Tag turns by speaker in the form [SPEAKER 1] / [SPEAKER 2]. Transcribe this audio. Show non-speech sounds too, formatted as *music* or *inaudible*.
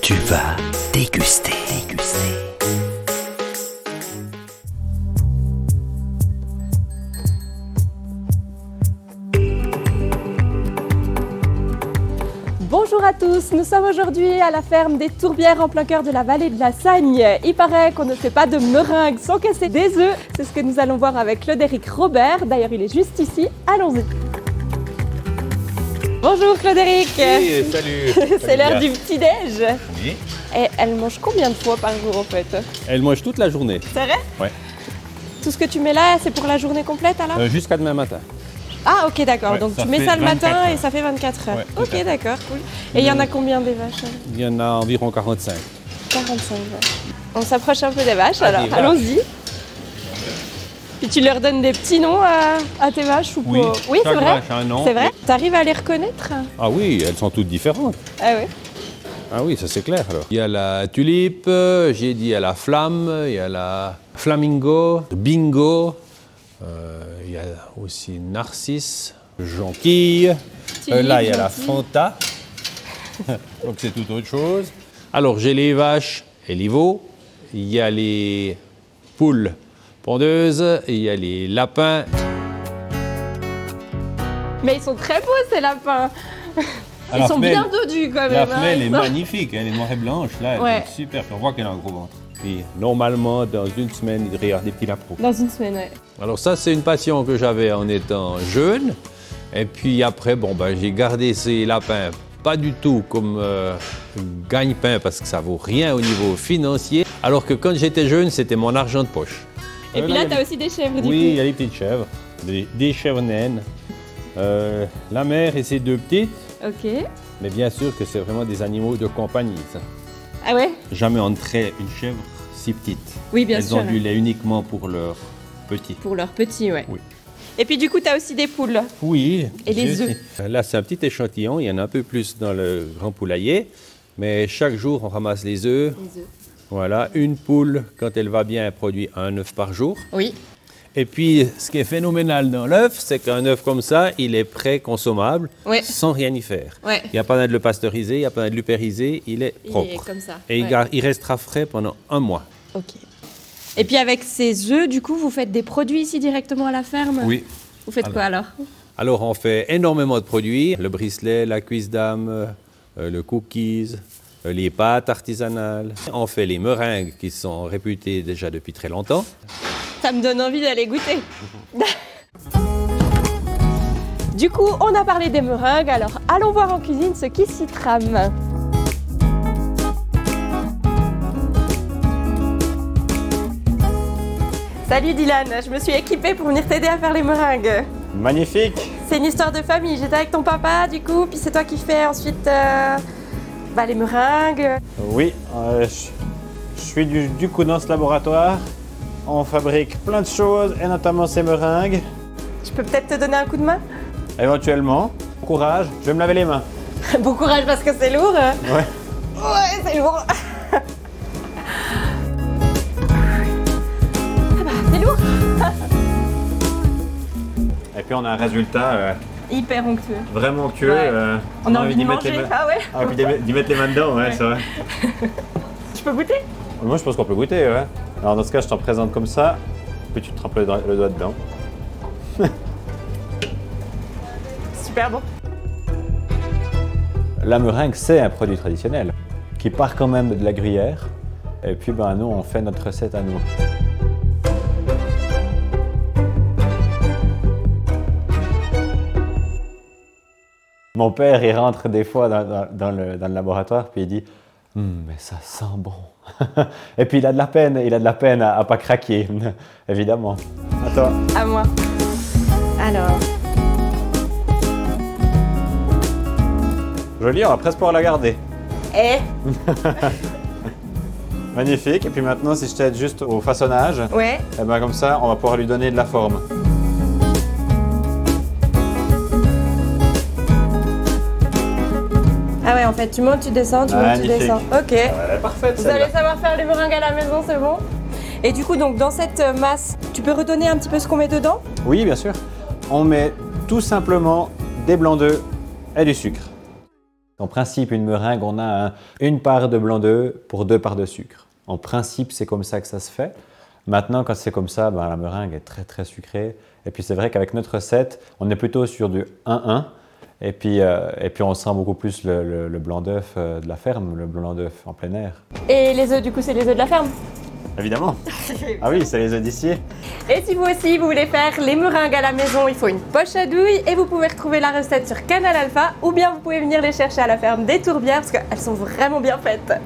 [SPEAKER 1] tu vas déguster. déguster.
[SPEAKER 2] Bonjour à tous, nous sommes aujourd'hui à la ferme des Tourbières en plein cœur de la vallée de la Sagne. Il paraît qu'on ne fait pas de meringues sans casser des œufs. C'est ce que nous allons voir avec Claudéric Robert. D'ailleurs, il est juste ici. Allons-y. Bonjour Claudéric.
[SPEAKER 3] Oui, salut.
[SPEAKER 2] C'est l'heure du petit-déj.
[SPEAKER 3] Oui.
[SPEAKER 2] Et elle mange combien de fois par jour en fait
[SPEAKER 3] *laughs* Elle mange toute la journée,
[SPEAKER 2] C'est vrai
[SPEAKER 3] Ouais.
[SPEAKER 2] Tout ce que tu mets là, c'est pour la journée complète alors
[SPEAKER 3] euh, jusqu'à demain matin.
[SPEAKER 2] Ah ok d'accord,
[SPEAKER 3] ouais,
[SPEAKER 2] donc
[SPEAKER 3] ça
[SPEAKER 2] tu mets
[SPEAKER 3] fait
[SPEAKER 2] ça le
[SPEAKER 3] 24
[SPEAKER 2] matin et
[SPEAKER 3] heures.
[SPEAKER 2] ça fait 24 heures.
[SPEAKER 3] Ouais, tout à
[SPEAKER 2] ok
[SPEAKER 3] fait.
[SPEAKER 2] d'accord, cool. Et il y en a combien des vaches alors
[SPEAKER 3] Il y en a environ 45.
[SPEAKER 2] 45 vaches. On s'approche un peu des vaches
[SPEAKER 3] Ah,
[SPEAKER 2] alors,
[SPEAKER 3] des vaches.
[SPEAKER 2] allons-y. Et tu leur donnes des petits noms à, à tes vaches ou pas Oui, c'est
[SPEAKER 3] chaque
[SPEAKER 2] vrai.
[SPEAKER 3] vache a un nom.
[SPEAKER 2] C'est vrai T'arrives à les reconnaître
[SPEAKER 3] Ah oui, elles sont toutes différentes.
[SPEAKER 2] Ah oui.
[SPEAKER 3] Ah oui, ça c'est clair alors. Il y a la tulipe, euh, j'ai dit il y a la flamme, il y a la flamingo, bingo, euh, il y a aussi narcisse, jonquille.
[SPEAKER 2] Tulipe,
[SPEAKER 3] Euh, là il y a la
[SPEAKER 2] jonquille.
[SPEAKER 3] fanta. *laughs* Donc c'est tout autre chose. Alors j'ai les vaches et les veaux, il y a les poules pondeuses, il y a les lapins.
[SPEAKER 2] Mais ils sont très beaux ces lapins. Ils
[SPEAKER 3] La
[SPEAKER 2] sont
[SPEAKER 3] femelle-
[SPEAKER 2] bien dodus quand même. hein, ils sont-
[SPEAKER 3] magnifique, elle est noire et blanche, là,
[SPEAKER 2] Ouais. est
[SPEAKER 3] super, on voit qu'elle a un gros ventre. Et normalement, dans une semaine, il y a des petits lapins.
[SPEAKER 2] Dans une semaine, ouais.
[SPEAKER 3] Alors ça, c'est une passion que j'avais en étant jeune. Et puis après, bon, ben, j'ai gardé ces lapins, pas du tout comme euh, gagne-pain, parce que ça vaut rien au niveau financier. Alors que quand j'étais jeune, c'était mon argent de poche.
[SPEAKER 2] Et
[SPEAKER 3] Euh,
[SPEAKER 2] puis
[SPEAKER 3] là,
[SPEAKER 2] là,
[SPEAKER 3] il y a
[SPEAKER 2] t'as aussi des chèvres du
[SPEAKER 3] Oui, il
[SPEAKER 2] coup.
[SPEAKER 3] y a les petites chèvres, des, des chèvres naines. Euh, la mère et ses deux petites,
[SPEAKER 2] Ok.
[SPEAKER 3] mais bien sûr que c'est vraiment des animaux de compagnie. ça.
[SPEAKER 2] Ah ouais
[SPEAKER 3] Jamais on ne traite une chèvre si petite.
[SPEAKER 2] Oui, bien
[SPEAKER 3] Elles
[SPEAKER 2] sûr.
[SPEAKER 3] ont du lait uniquement pour leur petit.
[SPEAKER 2] Pour leurs petits, ouais.
[SPEAKER 3] Oui.
[SPEAKER 2] Et puis du coup, t'as aussi des poules.
[SPEAKER 3] Oui.
[SPEAKER 2] Et les
[SPEAKER 3] j'ai- Là, c'est un petit échantillon. Il y en a un peu plus dans le grand poulailler. Mais chaque jour, on ramasse les œufs. Voilà. Une poule, quand elle va bien, elle produit un œuf par jour.
[SPEAKER 2] Oui.
[SPEAKER 3] Et puis, ce qui est phénoménal dans l'œuf, c'est qu'un œuf comme ça, il est pré-consommable
[SPEAKER 2] Ouais.
[SPEAKER 3] sans rien y faire.
[SPEAKER 2] Ouais.
[SPEAKER 3] Il n'y a pas besoin de le pasteuriser, il n'y a pas besoin de l'upériser, il est
[SPEAKER 2] Il est
[SPEAKER 3] propre.
[SPEAKER 2] comme ça,
[SPEAKER 3] Et il
[SPEAKER 2] ouais.
[SPEAKER 3] gar- il restera frais pendant un mois.
[SPEAKER 2] Ok. Et puis avec ces œufs, du coup, vous faites des produits ici directement à la ferme
[SPEAKER 3] Oui.
[SPEAKER 2] Vous faites quoi alors
[SPEAKER 3] Alors, on fait énormément de produits le bracelet, la cuisse d'âme, euh, le cookies, euh, les pâtes artisanales. On fait les meringues qui sont réputées déjà depuis très longtemps.
[SPEAKER 2] Ça me donne envie d'aller goûter. *laughs* du coup, on a parlé des meringues, alors allons voir en cuisine ce qui s'y trame. Salut Dylan, je me suis équipée pour venir t'aider à faire les meringues.
[SPEAKER 4] Magnifique
[SPEAKER 2] C'est une histoire de famille. J'étais avec ton papa, du coup, puis c'est toi qui fais ensuite euh, bah, les meringues.
[SPEAKER 4] Oui, euh, je je suis du, du coup dans ce laboratoire. On fabrique plein de choses, et notamment ces meringues.
[SPEAKER 2] Je peux peut-être te donner un coup de main
[SPEAKER 4] Éventuellement, courage, je vais me laver les mains.
[SPEAKER 2] Bon courage parce que c'est lourd. hein.
[SPEAKER 4] Ouais.
[SPEAKER 2] Ouais, c'est lourd. ah bah, c'est lourd.
[SPEAKER 4] Et puis on a un résultat euh,
[SPEAKER 2] Hyper onctueux.
[SPEAKER 4] vraiment onctueux.
[SPEAKER 2] Ouais.
[SPEAKER 4] euh,
[SPEAKER 2] On, a envie d'y manger.
[SPEAKER 4] les mains.
[SPEAKER 2] Ah ouais
[SPEAKER 4] Ah, puis d'y d'y mettre les mains dedans, ouais, c'est vrai.
[SPEAKER 2] Je peux goûter
[SPEAKER 4] Moi, je pense qu'on peut goûter, ouais. Alors, dans ce cas, je t'en présente comme ça, puis tu trempes le, doigt- le doigt dedans.
[SPEAKER 2] Super bon.
[SPEAKER 4] La meringue, c'est un produit traditionnel qui part quand même de la gruyère. Et puis, ben, nous, on fait notre recette à nous. Mon père, il rentre des fois dans, dans- dans le, dans le laboratoire, puis il dit Hum, mais ça sent bon. *laughs* et puis, il a de la peine, il a de la peine à, à pas craquer, *laughs* évidemment. Attends.
[SPEAKER 2] À moi. Alors,
[SPEAKER 4] Joli, on va presque pouvoir la garder.
[SPEAKER 2] eh
[SPEAKER 4] Magnifique. Et puis maintenant, si je t'aide juste au façonnage,
[SPEAKER 2] Ouais.
[SPEAKER 4] Et ben comme ça, on va pouvoir lui donner de la forme.
[SPEAKER 2] Ah ouais, en fait, tu montes, tu descends, tu montes, tu
[SPEAKER 4] Magnifique.
[SPEAKER 2] descends. Ok.
[SPEAKER 4] Ah, Elle est parfaite
[SPEAKER 2] Vous allez savoir faire les meringues à la maison, c'est bon Et du coup, donc dans cette euh, masse, tu peux redonner un petit peu ce qu'on met dedans
[SPEAKER 4] Oui, bien sûr. On met tout simplement des blancs d'œufs et du sucre. En principe, une meringue, on a un- une part de blanc d'œuf pour deux parts de sucre. En principe, c'est comme ça que ça se fait. Maintenant, quand c'est comme ça, ben, la meringue est très très sucrée. Et puis c'est vrai qu'avec notre recette, on est plutôt sur du 1-1. Et puis, euh, et puis on sent beaucoup plus le, le- le blanc d'œuf euh, de la ferme, le blanc d'œuf en plein air.
[SPEAKER 2] Et les œufs, du coup, c'est les œufs de la ferme. *laughs*
[SPEAKER 4] Évidemment. Ah oui, c'est les œufs d'ici.
[SPEAKER 2] Et si vous aussi, vous voulez faire les meringues à la maison, il faut une poche à douille et vous pouvez retrouver la recette sur Canal Alpha ou bien vous pouvez venir les chercher à la ferme des Tourbières parce qu'elles sont vraiment bien faites.